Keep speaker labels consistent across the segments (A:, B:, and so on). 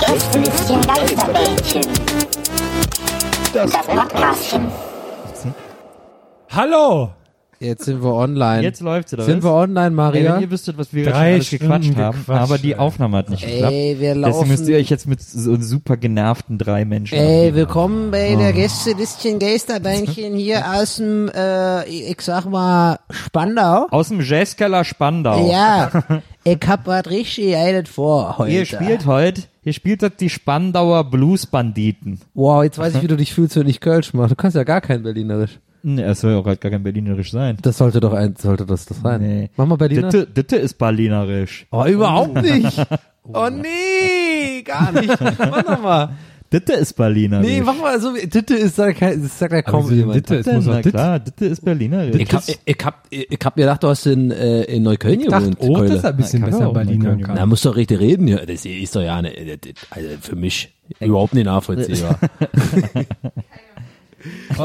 A: Gästelistchen Geisterbällchen. Das Podcastchen.
B: Hallo!
C: Jetzt sind wir online.
D: Jetzt läuft's, oder
C: Sind
D: was?
C: wir online,
D: Ey,
C: Maria?
D: wenn ihr wüsstet, was wir
B: Drei
D: gerade alles
B: Stunden
D: gequatscht haben,
B: gequatscht,
D: aber die
B: ey.
D: Aufnahme hat nicht geklappt.
C: Ey, wir laufen-
D: Deswegen müsst ihr euch jetzt mit so super genervten drei Menschen.
C: Ey,
D: angeben.
C: willkommen bei
E: Oh.
C: der Gästelistchen Geisterbeinchen hier aus dem, äh, ich sag mal, Spandau.
D: Aus dem Jazzkeller Spandau.
E: Oh.
C: Ja, ich hab was richtig geiles vor heute.
D: Ihr spielt heute, ihr spielt das die Spandauer Blues-Banditen.
C: Wow, jetzt weiß ich, wie du dich fühlst, wenn ich Kölsch mache. Du kannst ja gar kein Berlinerisch.
D: Nee, es soll ja auch halt gar kein Berlinerisch sein.
C: Das sollte doch ein, sollte das das sein. Mach mal Berliner.
D: Ditte, Ditte ist Berlinerisch.
C: Oh, überhaupt nicht. Oh nee, gar nicht. Mach doch mal.
D: Ditte ist Berlinerisch.
C: Nee, mach mal so. wie- Ditte ist da kein, das sagt ja kaum jemand.
D: Ditte,
C: Ditte?
D: na klar, Ditte ist Berlinerisch.
C: Ich hab, ich, ich hab, ich hab mir gedacht, du hast in, äh, in Neukölln gewohnt.
D: Oh,
C: Keule.
E: oh, ein bisschen
D: kann
E: besser
D: auch,
E: Berliner
D: man kann
C: Na, muss doch richtig reden. Ja, das ist doch ja eine, das- also für mich überhaupt nicht nachvollziehbar.
B: Oh!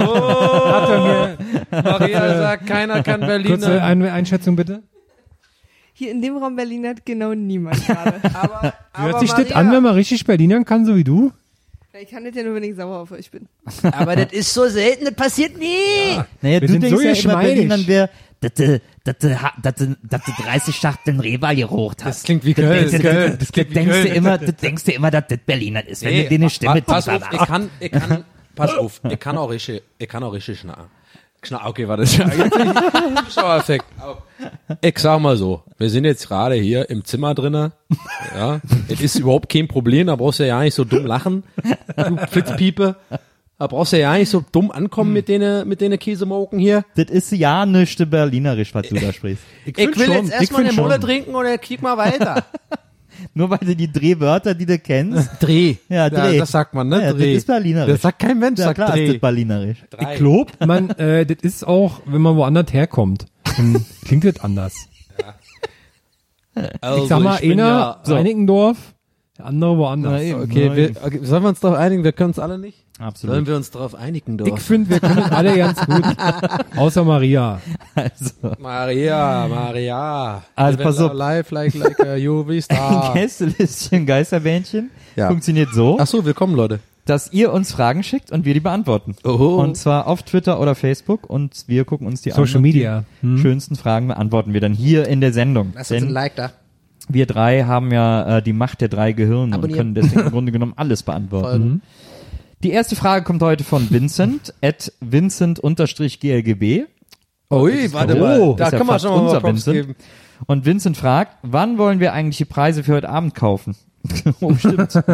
B: Maria sagt, keiner kann
E: Kurze Ein Einschätzung bitte.
F: Hier in dem Raum Berlin hat genau niemand gerade. aber,
E: Hört
F: aber
E: sich das
F: Maria,
E: an, wenn man richtig Berlinern kann, so wie du?
F: Ich kann das ja nur, wenn ich sauer auf euch bin.
C: Aber das ist so selten, das passiert nie.
D: Naja,
E: Wir
D: du
E: sind
D: denkst
E: so
D: ja immer
E: geschmeidig.
D: Berlinern wäre, Ditte, Ditte, ha- Ditte, Ditte 30 Schachteln Rehball gerocht hat.
B: Das klingt wie Köln.
D: Das, das,
B: Köln.
D: das,
B: Das klingt wie
D: denkst du
B: Köln.
D: immer, das denkst du immer, dass das Berliner ist, wenn du dir eine Stimme
B: pass auf,
D: tippst.
B: ich kann, ich kann, pass auf, ich kann auch richtig, ich kann auch richtig schnacken. Schna okay, warte, das ist ja eigentlich- Zuschauereffekt. Ich sag mal so, wir sind jetzt gerade hier im Zimmer drinne. Ja, es ist überhaupt kein Problem, da brauchst du ja gar nicht so dumm lachen, du Flitzpiepe. Da brauchst du ja gar nicht so dumm ankommen mit denen, mit denen Käsemoken hier.
D: Das ist ja nichts Berlinerisch, was du da sprichst.
B: Ich, will jetzt erstmal eine Mulle trinken oder kick mal weiter.
D: Nur weil du die Drehwörter, die du kennst,
B: Dreh.
D: Ja, Dreh.
B: das sagt man, ne?
D: Ja, das
B: Dreh.
D: ist Berlinerisch.
B: Das sagt kein Mensch,
D: ja
B: sagt
D: klar, ist
B: Dreh.
D: das Berlinerisch.
E: Ich glaub, man, äh, das ist auch, wenn man woanders herkommt, dann klingt das anders.
B: Also,
E: ich sag mal,
B: bin
E: einer
B: ja- so.
E: Reinickendorf, der andere woanders.
B: Okay, wir, okay, sollen wir uns darauf einigen? Wir können es alle nicht. Sollen
D: Absolut.
B: wir uns darauf einigen,
E: ich
B: doch?
E: finde, wir können das alle ganz gut. Außer Maria.
D: Also,
B: Maria, Maria.
D: Also,
B: Wenn
D: pass
B: love
D: auf.
B: Live like like a UV star.
D: Gästelistchen Geisterbähnchen
B: Ja.
D: funktioniert so,
B: Ach so, willkommen Leute.
D: dass ihr uns Fragen schickt und wir die beantworten.
B: Oho.
D: Und zwar auf Twitter oder Facebook und wir gucken uns die an.
E: Social
D: und die
E: Media.
B: Hm.
D: Schönsten Fragen beantworten wir dann hier in der Sendung. Denn
B: Like da.
D: wir drei haben ja äh, die Macht der drei Gehirne und
B: Abonnieren.
D: können deswegen im Grunde genommen alles beantworten. Mhm. Die erste Frage kommt heute von Vincent, at vincent-glgb.
B: Ui, warte mal.
D: Oh,
B: da
D: ist ja
B: kann man
D: fast
B: schon mal
D: unser
B: Props
D: Vincent.
B: geben.
D: Und Vincent fragt, wann wollen wir eigentlich die Preise für heute Abend kaufen? oh, stimmt. Hat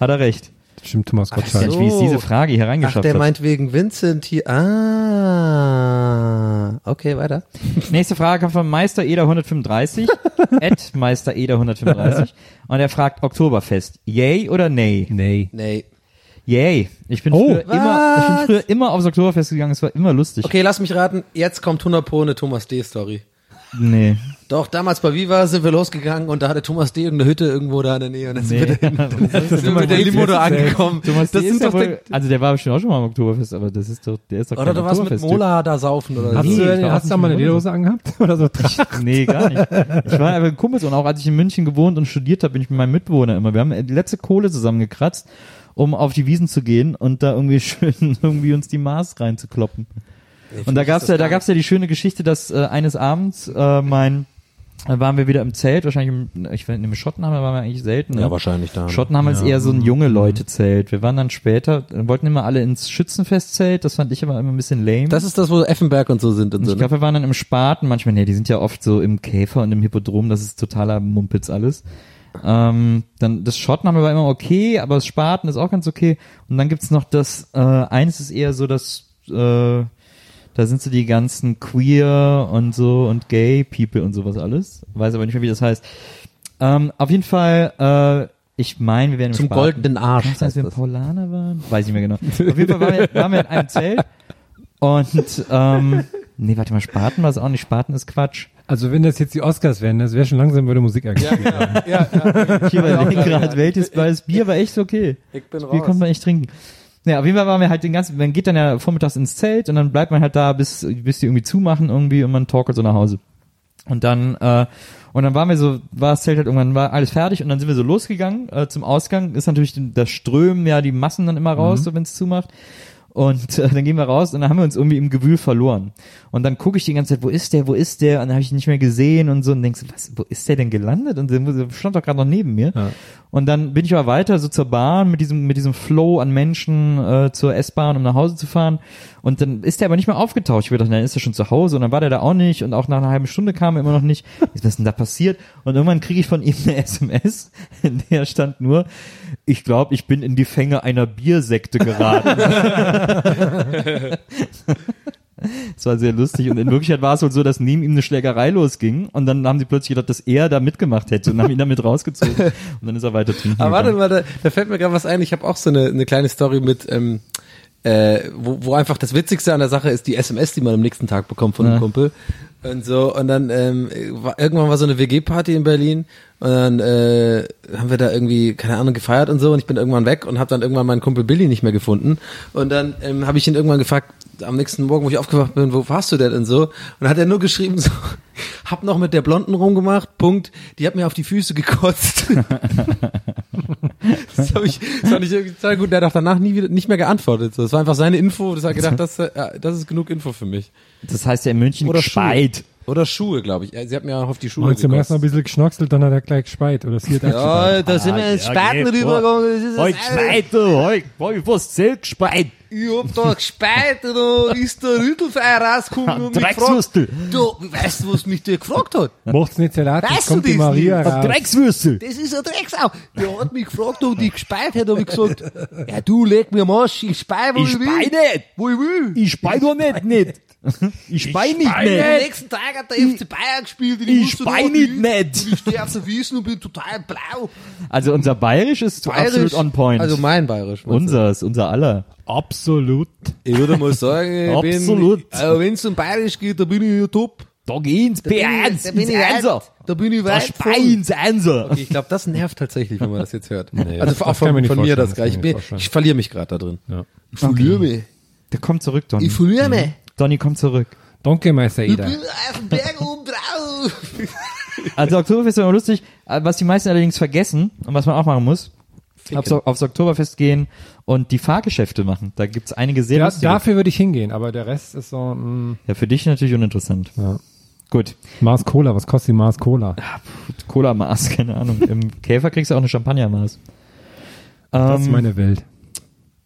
D: er recht.
E: Stimmt, Thomas
D: Ich weiß gar
E: Gottschalk.
D: nicht, wie ich
B: so.
D: diese Frage hier
B: Ach,
D: reingeschafft
B: der
D: habe.
B: meint wegen Vincent hier. Ah. Okay, weiter.
D: Nächste Frage kommt von Meister Eder 135, at Meister Eder 135. Und er fragt Oktoberfest, yay oder nay?
E: Nee.
B: Nee.
D: Yay. Ich bin,
E: Oh,
D: früher immer, ich bin früher immer aufs Oktoberfest gegangen, es war immer lustig.
B: Okay, lass mich raten. Jetzt kommt 100 Pro eine Thomas D. Story.
D: Nee.
B: Doch, damals bei Viva sind wir losgegangen und da hatte Thomas D. irgendeine Hütte irgendwo da in der Nähe und dann sind wir da hinten- sind wir mit der Limo da angekommen.
D: Thomas,
B: das
D: das
B: sind
D: ist
B: doch
D: doch
B: den,
D: wohl, also der war bestimmt auch schon mal am Oktoberfest, aber das ist doch, der ist doch
B: oder
D: kein
B: du warst mit
D: Oktoberfest-Typ.
B: Mola da saufen oder
E: Hast
B: so.
D: Nee, ich
E: du,
D: war
E: hast du da mal eine Lederhose angehabt? Oder so?
D: Nee, gar nicht. Ich war einfach ein Kumpel und auch als ich in München gewohnt und studiert habe, bin ich mit meinem Mitbewohner immer. Wir haben die letzte Kohle zusammengekratzt, um auf die Wiesen zu gehen und da irgendwie schön irgendwie uns die Maß reinzukloppen. Und da gab's ja, da gab's ja die schöne Geschichte, dass äh, eines Abends äh, mein da waren wir wieder im Zelt, wahrscheinlich im, ich weiß nicht, im Schottenhammer waren wir eigentlich selten. Ne?
B: Ja, wahrscheinlich da.
D: Schottenhammer ist eher so ein junge Leute-Zelt. Wir waren dann später, äh, wollten immer alle ins Schützenfest-Zelt, das fand ich immer, immer ein bisschen lame.
B: Das ist das, wo Effenberg und so sind. Und
D: Und
B: so,
D: ich
B: ne?
D: glaube, wir waren dann im Spaten manchmal. Nee, die sind ja oft so im Käfer und im Hippodrom. Das ist totaler Mumpitz alles. Ähm, dann das Schotten haben wir aber immer okay, aber das Spaten ist auch ganz okay. Und dann gibt's noch das, äh, eins ist eher so das, äh, da sind so die ganzen Queer und so und Gay People und sowas alles. Weiß aber nicht mehr, wie das heißt. Ähm, auf jeden Fall, äh, ich meine, wir werden im
B: Zum
D: Spaten-
B: goldenen Arsch
D: Kann es sein, dass wir im
B: heißt
D: Paulaner waren? Weiß ich nicht mehr genau. Auf jeden Fall waren wir, waren wir in einem Zelt und, ähm, nee, warte mal, Spaten war es auch nicht. Spaten ist Quatsch.
E: Also wenn das jetzt die Oscars wären, das wäre schon langsam, würde Musik angespielt haben.
D: Ich überlege gerade, welches das Bier war echt okay.
B: Ich bin
D: das Bier konnte man echt trinken. Ja, auf jeden Fall waren wir halt den ganzen, man geht dann ja vormittags ins Zelt und dann bleibt man halt da, bis, bis die irgendwie zumachen irgendwie und man torkelt so nach Hause. Und dann, äh, und dann waren wir so, war das Zelt halt irgendwann, war alles fertig und dann sind wir so losgegangen äh, zum Ausgang. Ist natürlich das Strömen ja die Massen dann immer raus, so wenn es zumacht. Und äh, dann gehen wir raus und dann haben wir uns irgendwie im Gewühl verloren. Und dann gucke ich die ganze Zeit, wo ist der, wo ist der? Und dann habe ich ihn nicht mehr gesehen und so und denkst, was, wo ist der denn gelandet? Und der stand doch gerade noch neben mir. Und dann bin ich aber weiter so zur Bahn mit diesem, mit diesem Flow an Menschen äh, zur S-Bahn, um nach Hause zu fahren. Und dann ist der aber nicht mehr aufgetaucht. Ich dachte, dann ist er schon zu Hause und dann war der da auch nicht und auch nach einer halben Stunde kam er immer noch nicht. Was ist denn da passiert? Und irgendwann kriege ich von ihm eine SMS, in der stand nur, ich glaube, ich bin in die Fänge einer Biersekte geraten. Es war sehr lustig und in Wirklichkeit war es wohl so, dass neben ihm eine Schlägerei losging und dann haben sie plötzlich gedacht, dass er da mitgemacht hätte und haben ihn damit rausgezogen und dann ist er weiter trinken.
B: Aber warte
D: gegangen.
B: mal, da, da fällt mir gerade was ein. Ich habe auch so eine, eine kleine Story mit, ähm, äh, wo, wo einfach das Witzigste an der Sache ist, die SMS, die man am nächsten Tag bekommt von einem Kumpel. Und so, und dann ähm, war, irgendwann war so eine WG-Party in Berlin und dann äh, haben wir da irgendwie, keine Ahnung, gefeiert und so und ich bin irgendwann weg und habe dann irgendwann meinen Kumpel Billy nicht mehr gefunden. Und dann ähm, habe ich ihn irgendwann gefragt, am nächsten Morgen, wo ich aufgewacht bin, wo warst du denn und so? Und dann hat er nur geschrieben so, hab noch mit der Blonden rumgemacht, Punkt, die hat mir auf die Füße gekotzt. Das habe ich, das fand ich irgendwie total gut. Der hat auch danach nie wieder, nicht mehr geantwortet. So, Das war einfach seine Info. Das hat gedacht, das, äh, das ist genug Info für mich.
D: Das heißt ja in München
B: Oder
D: gespeit.
B: Schuhe. Oder Schuhe, glaube ich. Äh, Sie hat mir auf die Schuhe
E: Und zum ersten Mal ein
B: gekostet.
E: bisschen geschnoxelt, dann hat er gleich gespeit. Oder sie hat auch gespeit.
B: Ja, da sind
D: Ah,
B: wir ins Spaten rübergegangen.
D: Heu gespeit, du, heu, heu, was zählt gespeit?
B: Ich hab da gespeit, da ist der Rüttelfeier rausgekommen und mich gefragt.
D: Dreckswürstel,
B: Du, weißt du, was mich der gefragt hat?
E: Macht's nicht Salat,
B: Weißt
E: jetzt
B: du
E: kommt die
B: das
E: Maria
B: nicht?
E: raus.
D: Dreckswürstel.
B: Das ist ein Drecksau. Der hat mich gefragt, ob ich gespeit hätte. Hab ich gesagt, ja du, leg mir am Arsch, ich spei, wo ich,
D: Ich spei
B: will.
D: nicht.
B: Wo ich will.
D: Ich spei doch nicht, nicht. Ich spei nicht,
B: Am
D: nicht.
B: nächsten Tag hat der FC Bayern gespielt. und
D: Ich
B: wusste
D: spei
B: noch
D: nicht,
B: Und
D: nicht.
B: ich stehe auf der Wiesn und bin total blau.
D: Also unser Bayerisch ist absolut on point.
B: Also mein Bayerisch.
D: Unseres, unser aller.
E: Absolut.
B: Ich würde mal sagen, ich
D: Absolut.
B: bin, also wenn es um Bayerisch geht, da bin ich ja top.
D: Da gehen's,
B: Da bin ich-
D: B1,
B: da bin ich weit-
D: B1er.
B: Da bin ich
D: Da
B: weit vorn.
D: speins Einser.
B: Ich glaube, das nervt tatsächlich, wenn man das jetzt hört.
E: das-
B: also auch
E: das kann ich mir
B: von,
E: nicht
B: von
E: vorstellen,
B: mir das
E: das
B: gleich.
E: kann
B: Ich,
E: ich mir
B: bin-
E: nicht vorstellen.
B: ich verliere mich gerade da drin.
E: Ja. Mhm.
B: Ich verliere mich.
D: Der kommt zurück, Donny.
B: Ich verliere mich.
D: Donny kommt zurück.
E: Donkey-Meister
B: Ich
E: Eder.
B: bin auf dem Berg oben drauf.
D: Also Oktoberfest ist immer lustig, äh, was die meisten allerdings vergessen und was man auch machen muss, aufs, aufs Oktoberfest gehen und die Fahrgeschäfte machen. Da gibt's einige sehr
E: Ja,
D: lustige.
E: dafür würde ich hingehen, aber der Rest ist so, mh,
D: Ja, für dich natürlich uninteressant.
E: ja.
D: Gut.
E: Mars Cola, was kostet die Mars Cola?
D: Cola-Maß, keine Ahnung. Im Käfer kriegst du auch eine Champagner-Maß.
E: Das ist meine Welt.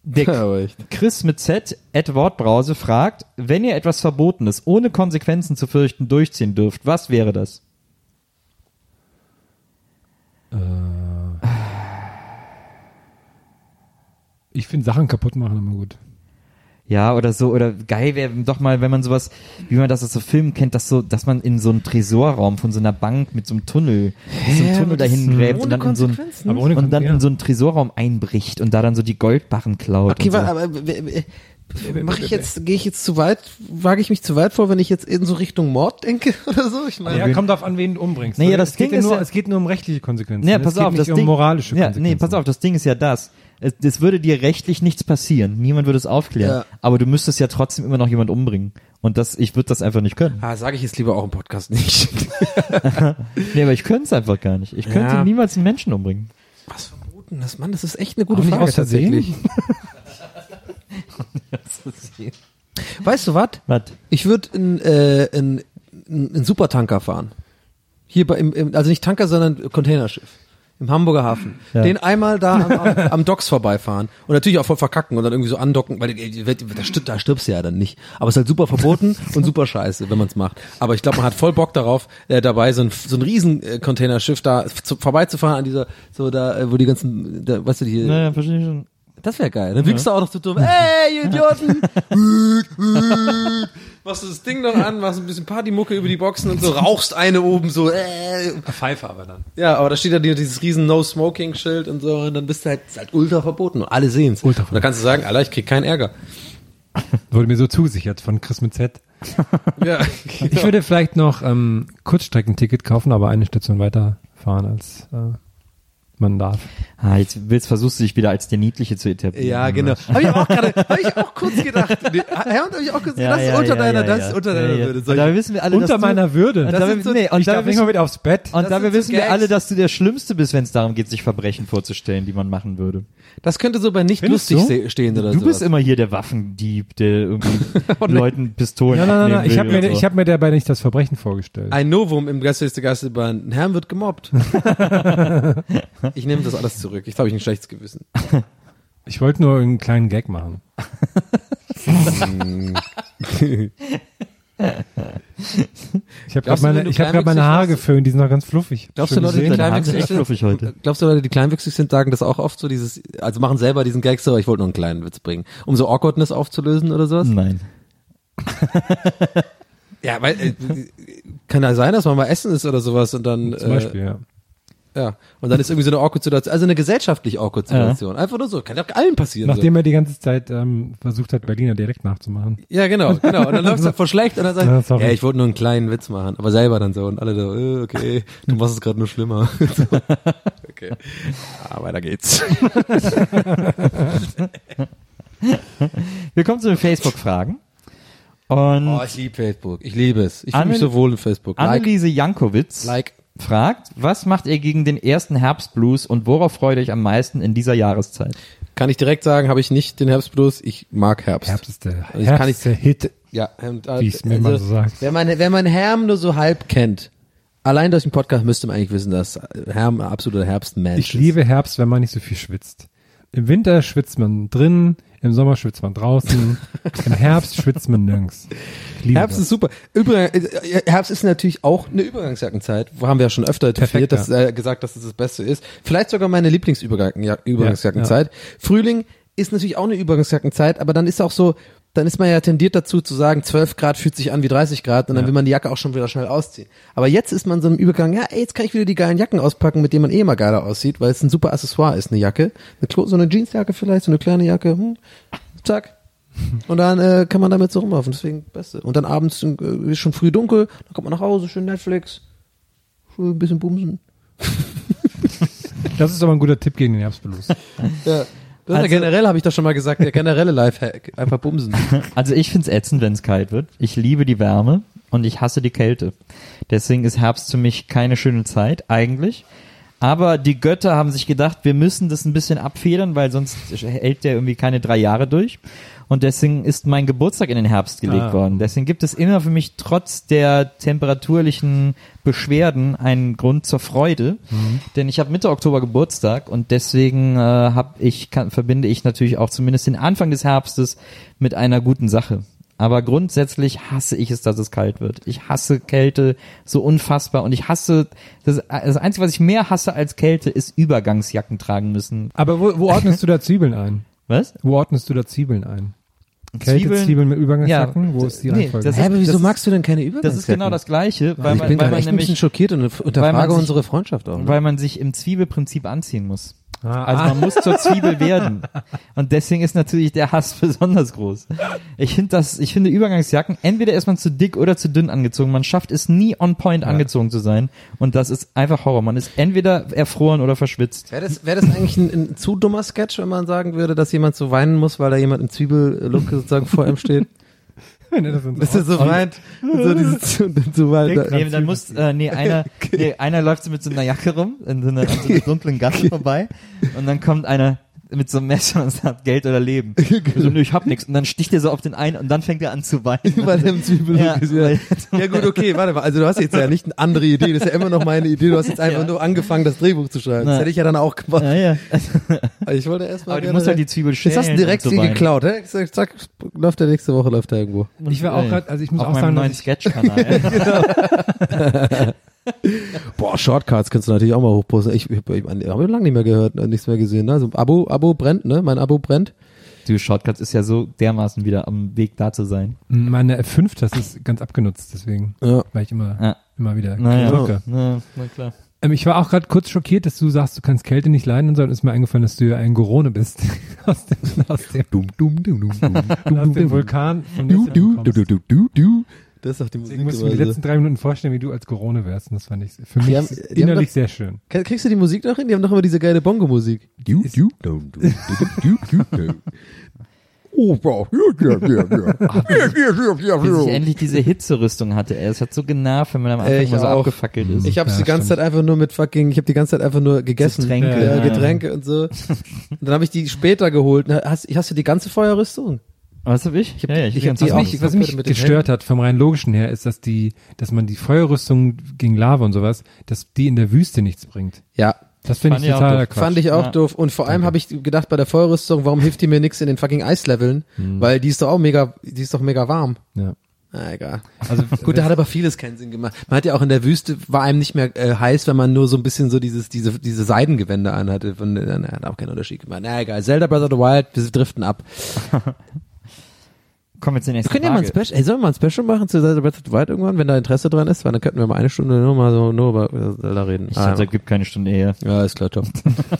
D: Der
B: aber echt.
D: Chris mit Z, at Wortbrause, fragt, wenn ihr etwas Verbotenes ohne Konsequenzen zu fürchten durchziehen dürft, was wäre das?
E: Ich finde Sachen kaputt machen immer gut.
D: Ja, oder so, oder geil wäre doch mal, wenn man sowas, wie man das aus so Filmen kennt, dass so, dass man in so einen Tresorraum von so einer Bank mit so einem Tunnel, mit so einem Tunnel dahin gräbt und dann in so einen,
E: Aber ohne
D: und dann
E: Konsequenzen.
D: in so einen Tresorraum einbricht und da dann so die Goldbarren klaut.
B: Okay,
D: und so.
B: warte, aber w- w- mach ich jetzt, gehe ich jetzt zu weit, wage ich mich zu weit vor, wenn ich jetzt in so Richtung Mord denke oder so? Ich meine,
E: Ja, kommt darauf an, wen du umbringst.
D: Nee, ja,
E: Oder?
D: das
E: es geht
D: Ding
E: ja
D: ist
E: nur,
D: ja-
E: es geht nur um rechtliche Konsequenzen.
D: Ja,
E: es
D: pass
E: geht
D: auf,
E: nicht
D: das
E: um
D: Ding.
E: moralische
D: ja,
E: Konsequenzen.
D: nee, pass auf, das Ding ist ja das. Es, es würde dir rechtlich nichts passieren. Niemand würde es aufklären.
B: Ja.
D: Aber du müsstest ja trotzdem immer noch jemand umbringen. Und das, ich würde das einfach nicht können.
B: ah, sage ich jetzt lieber auch im Podcast nicht.
D: Nee, aber ich könnte es einfach gar nicht. Ich könnte
B: Ja.
D: niemals einen Menschen umbringen.
B: Was verboten das, Mann? Das ist echt eine gute
E: Aber nicht
B: Frage
E: aus Versehen?
B: tatsächlich. Weißt du was?
D: Was?
B: Ich würde in, äh, in, in, in Supertanker fahren. Hier bei, im, im, also nicht Tanker, sondern Containerschiff. Im Hamburger Hafen.
D: Ja.
B: Den einmal da am, am, am Docks vorbeifahren. Und natürlich auch voll verkacken und dann irgendwie so andocken, weil äh, da, stirb- da stirbst du ja dann nicht. Aber es ist halt super verboten und super scheiße, wenn man es macht. Aber ich glaube, man hat voll Bock darauf, äh, dabei so ein, so ein riesen äh, Containerschiff da zu, vorbeizufahren an dieser, so da, äh, wo die ganzen, da, weißt du, die,
D: Naja, verstehe ich schon.
B: das wäre geil. Dann winkst du auch noch zu dumm. Ey, ihr Idioten! machst du das Ding noch an, machst ein bisschen Partymucke über die Boxen und so, rauchst eine oben so. Äh.
E: Pfeife aber dann.
B: Ja, aber da steht ja die- dieses riesen No-Smoking-Schild und so und dann bist du halt, ist halt ultra verboten und alle sehen's.
E: Ultra
B: und dann kannst du sagen, Alter, ich krieg keinen Ärger.
E: Wurde mir so zugesichert von Chris mit Z.
B: Ja.
E: Ich würde vielleicht noch ähm, Kurzstreckenticket kaufen, aber eine Station weiter fahren, als äh, man darf.
D: Ah, jetzt willst, versuchst du dich wieder als der Niedliche zu etablieren.
B: Ja, genau. Habe ich auch gerade, habe ich auch kurz gedacht. Ja, und habe ich auch kurz gedacht, das
D: Ja,
B: ist
D: ja,
B: unter
D: ja,
B: deiner,
D: ja,
B: das
D: ja.
B: ist unter deiner
D: Ja, ja.
B: Würde.
D: Und Da wissen wir alle,
E: Unter
D: dass du,
E: meiner Würde.
D: Und
B: Das
D: dabei,
B: sind so-
D: nee, und
E: ich darf
D: dabei
E: nicht
D: wissen,
E: mal mit aufs Bett.
D: und dabei
B: sind so
D: wissen wir
B: Gags.
D: alle, dass du der Schlimmste bist, wenn es darum geht, sich Verbrechen vorzustellen, die man machen würde.
B: Das könnte so bei nicht
E: Findest
B: lustig
E: du?
B: se- stehen oder
D: du
B: sowas. Oh,
D: bist immer hier der Waffendieb, der irgendwie Leuten Pistolen
E: Ja, nein, nein, nein.
D: abnehmen
E: Ich habe
D: will
E: mir,
D: und so.
E: ich hab mir dabei nicht das Verbrechen vorgestellt.
B: Ein Novum im Gästeliste Geisterbahn. Ein Herr wird gemobbt. ich nehme das alles zurück. Ich glaube, ich habe ein schlechtes Gewissen.
E: Ich wollte nur einen kleinen Gag machen. ich habe gerade
B: Glaubst du, wenn
E: meine,
B: du
E: ich hab grad meine
B: kleinwüchsig
E: Haare
B: warst-
E: geföhnt, die sind noch ganz fluffig.
B: Glaubst du,
E: Schön
B: Leute, die
E: gesehen.
D: Deine Haare sind
B: kleinwüchsig
D: echt fluffig heute.
B: sind, glaubst du, Leute, die kleinwüchsig sind, sagen das auch oft so dieses, also machen selber diesen Gag so, ich wollte nur einen kleinen Witz bringen, um so Awkwardness aufzulösen oder
E: Hm.
B: sowas?
D: Nein.
B: Ja, weil, äh, kann ja sein, dass man mal essen ist oder sowas und dann,
E: Zum Beispiel, ja.
B: Äh, ja. Und dann ist irgendwie so eine Awkward-Situation, also eine gesellschaftlich Awkward-Situation. Einfach nur so, kann doch allen passieren.
E: Nachdem er die ganze Zeit ähm, versucht hat, Berliner direkt nachzumachen.
B: Ja, genau, genau. Und dann läuft's halt voll schlecht und dann sagt,
E: Ja,
B: ja,
E: sorry.
B: ich wollte nur einen kleinen Witz machen, aber selber dann so und alle so, äh, okay, du machst es gerade nur schlimmer. so. Okay. Ah, weiter geht's.
D: Wir kommen zu den Facebook-Fragen. Und
B: Oh, ich liebe Facebook. Ich liebe es. Ich fühle
D: Annel-
B: mich so wohl in Facebook. Like,
D: Anneliese Jankowitz
B: like.
D: fragt, was macht ihr gegen den ersten Herbstblues und worauf freut ihr euch am meisten in dieser Jahreszeit?
B: Kann ich direkt sagen, habe ich nicht den Herbstblues. Ich mag Herbst.
E: Herbst ist der,
B: Also ich
E: Herbst
B: kann
E: ist der Hit.
B: Ja, ähm, äh, also und,
E: Wie es mir immer so sagt.
B: Wenn man, wenn man Herm nur so halb kennt, allein durch den Podcast müsste man eigentlich wissen, dass Herm ein absoluter Herbstmensch
E: Ich liebe Herbst, wenn man nicht so viel schwitzt. Im Winter schwitzt man drin, im Sommer schwitzt man draußen, im Herbst schwitzt man nirgends. Ich liebe
B: Herbst
E: das.
B: ist super. Übrigens, äh, Herbst ist natürlich auch eine Übergangsjackenzeit. Wo haben wir ja schon öfter definiert,
E: Perfekt,
B: dass, äh, gesagt, dass das das Beste ist. Vielleicht sogar meine Lieblingsübergangsjackenzeit. Frühling ist natürlich auch eine Übergangsjackenzeit, aber dann ist auch so, dann ist man ja tendiert dazu zu sagen, 12 Grad fühlt sich an wie 30 Grad und dann will man die Jacke auch schon wieder schnell ausziehen. Aber jetzt ist man so im Übergang, ja, ey, jetzt kann ich wieder die geilen Jacken auspacken, mit denen man eh immer geiler aussieht, weil es ein super Accessoire ist, eine Jacke. Eine Klo so eine Jeansjacke vielleicht, so eine kleine Jacke, hm, zack, und dann äh, kann man damit so rumlaufen, deswegen Beste. Und dann abends äh, ist schon früh dunkel, dann kommt man nach Hause, schön Netflix, schön ein bisschen bumsen.
E: Das ist aber ein guter Tipp gegen den Herbstblues.
B: Ja. Das
D: Also-
B: ist ja generell, habe ich das schon mal gesagt, der generelle Lifehack, einfach bumsen.
D: Also ich find's ätzend, wenn's kalt wird. Ich liebe die Wärme und ich hasse die Kälte. Deswegen ist Herbst für mich keine schöne Zeit eigentlich. Aber die Götter haben sich gedacht, wir müssen das ein bisschen abfedern, weil sonst hält der irgendwie keine drei Jahre durch. Und deswegen ist mein Geburtstag in den Herbst gelegt
E: Ah.
D: worden. Deswegen gibt es immer für mich trotz der temperaturlichen Beschwerden einen Grund zur Freude.
B: Mhm.
D: Denn ich habe Mitte Oktober Geburtstag und deswegen äh, hab ich, kann, verbinde ich natürlich auch zumindest den Anfang des Herbstes mit einer guten Sache. Aber grundsätzlich hasse ich es, dass es kalt wird. Ich hasse Kälte so unfassbar und ich hasse, das, das Einzige, was ich mehr hasse als Kälte, ist Übergangsjacken tragen müssen.
E: Aber wo, wo ordnest du da Zwiebeln ein?
D: Was?
E: Wo ordnest du da Zwiebeln ein? Kälte, Zwiebeln, mit Übergangsjacken?
D: Ja,
E: wo ist die
D: nee,
E: Reihenfolge?
D: das ist- ist-
B: du denn keine Übergangsjacke?
D: Das ist genau das Gleiche, weil
B: ich
D: man,
B: bin
D: weil
B: gerade
D: man
B: echt ein bisschen
D: nämlich,
B: schockiert und
D: weil man
B: unterfrage
D: sich-
B: unsere Freundschaft auch. Ne?
D: weil man sich im Zwiebelprinzip anziehen muss.
E: Mhm. Ah,
D: Also man muss zur Zwiebel werden. Und deswegen ist natürlich der Hass besonders groß. Ich finde das, ich finde Übergangsjacken, entweder ist man zu dick oder zu dünn angezogen. Man schafft es nie on point angezogen zu sein. Und das ist einfach Horror. Man ist entweder erfroren oder verschwitzt.
B: Wäre das, wär das eigentlich ein, ein zu dummer Sketch, wenn man sagen würde, dass jemand so weinen muss, weil da jemand im Zwiebellook sozusagen vor ihm steht?
E: Nee, das sind
B: Dass er so weint und so dieses und so weint.
D: Nee, dann muss, äh, nee, einer, nee, einer läuft so mit so einer Jacke rum, in so einer, an so einer dunklen Gasse vorbei. Und dann kommt einer, mit so einem Messer und sagt Geld oder Leben. so, nö, ich hab nix. Und dann sticht er so auf den einen und dann fängt er an zu weinen.
B: Weil er im Zwiebellook
D: Ja,
B: ist, ja.
D: weil-
B: ja gut, okay, warte mal. Also du hast jetzt ja nicht eine andere Idee, das ist ja immer noch meine Idee. Du hast jetzt einfach nur angefangen, das Drehbuch zu schreiben. Das
D: Nein.
B: hätte ich ja dann auch gemacht.
D: Ja, ja.
B: Aber Ich wollte erstmal.
D: Aber du musst halt die Zwiebel schälen.
B: Jetzt hast du direkt
D: und
B: sie
D: so weinen.
B: geklaut. hä? Zack, zack, läuft der nächste Woche, läuft er irgendwo.
E: Ich war auch gerade, also ich muss
D: Auf
E: auch
D: meinem
E: sagen,
D: neuen
E: dass ich,
D: Sketch-Kanal.
B: Boah, Shortcuts kannst du natürlich auch mal hochposten. Ich, ich, ich, ich habe lange nicht mehr gehört, nichts mehr gesehen. Ne? Also Abo, Abo brennt, ne? Mein Abo brennt.
D: du, Shortcuts ist ja so dermaßen wieder am Weg da zu sein.
E: meine F5, das ist ganz abgenutzt, deswegen,
B: Ja.
E: weil ich immer,
D: Ja.
E: immer wieder
D: Naja.
E: drücke.
D: Na, na klar.
E: Ähm, ich war auch gerade kurz schockiert, dass du sagst, du kannst Kälte nicht leiden, sondern ist mir eingefallen, dass du ja ein Gorone bist. aus dem, aus dem,
B: Dum, dum, dum, dum, dum,
E: aus
B: dum,
E: dem
B: dum, dum.
E: Vulkan. Von
B: Du, du,
E: Lissabon
B: du, du,
E: kommst.
B: du, du, du. Das ist doch die
E: Deswegen
B: Musik.
E: musst du mir die letzten drei Minuten vorstellen, wie du als Gorone wärst. Und das fand ich für mich
B: haben-
E: ist
B: die haben
E: innerlich
B: doch-
E: sehr schön.
B: Kriegst du die Musik noch hin? Die haben doch immer diese geile Bongo-Musik. Du, du, du, du, du, du, du. Oh, wow. Ja, ja, ja, ja. Ja, ja, ja,
D: Bis ich
B: ja, ja.
D: endlich diese Hitzerüstung hatte. Ey, es hat so genervt, wenn man am Anfang
B: Äh, ich
D: mal so
B: auch.
D: abgefackelt ist.
B: Ich hab's
E: Ja,
B: die ganze
E: stimmt.
B: Zeit einfach nur mit fucking, ich hab die ganze Zeit einfach nur gegessen.
D: Getränke,
B: ja,
D: ja.
B: Getränke und so. Und dann habe ich die später geholt. Na, Hast, hast du die ganze Feuerrüstung?
D: Was hab ich? Ja, ja, ich,
B: ich
D: bin
B: hab
D: ganz
B: die
E: Was
B: auch.
D: offen.
E: mich, was
B: Komplett
E: mich
B: mit den
E: gestört hat vom rein logischen her, ist, dass die, dass man die Feuerrüstung gegen Lava und sowas, dass die in der Wüste nichts bringt.
B: Ja.
E: Das finde
D: Fand
E: ich
D: ich auch
E: totaler
D: doof.
E: Quatsch.
B: Fand ich auch
D: Ja.
B: doof. Und vor allem habe ich gedacht bei der Feuerrüstung, warum hilft die mir nix in den fucking Eisleveln?
D: Hm.
B: Weil die ist doch auch mega, die ist doch mega warm.
E: ja.
B: Na egal.
E: Also
B: Gut, da hat aber vieles keinen Sinn gemacht. Man hat ja auch in der Wüste, war einem nicht mehr äh, heiß, wenn man nur so ein bisschen so dieses, diese, diese Seidengewänder anhatte. Von, äh, na, hat auch keinen Unterschied gemacht. Na egal, Zelda Breath of the Wild, wir driften ab.
D: Kommen wir zur
B: Wir
D: nächsten
B: können ja mal ein
D: Frage.
B: Special, ey, sollen wir mal ein Special machen zu Zelda Breath of the Wild irgendwann, wenn da Interesse dran ist? Weil dann könnten wir mal eine Stunde nur mal so, nur über Zelda reden.
D: ich
B: Ah,
D: dachte, es gibt keine Stunde eher.
B: ja, ist klar, top.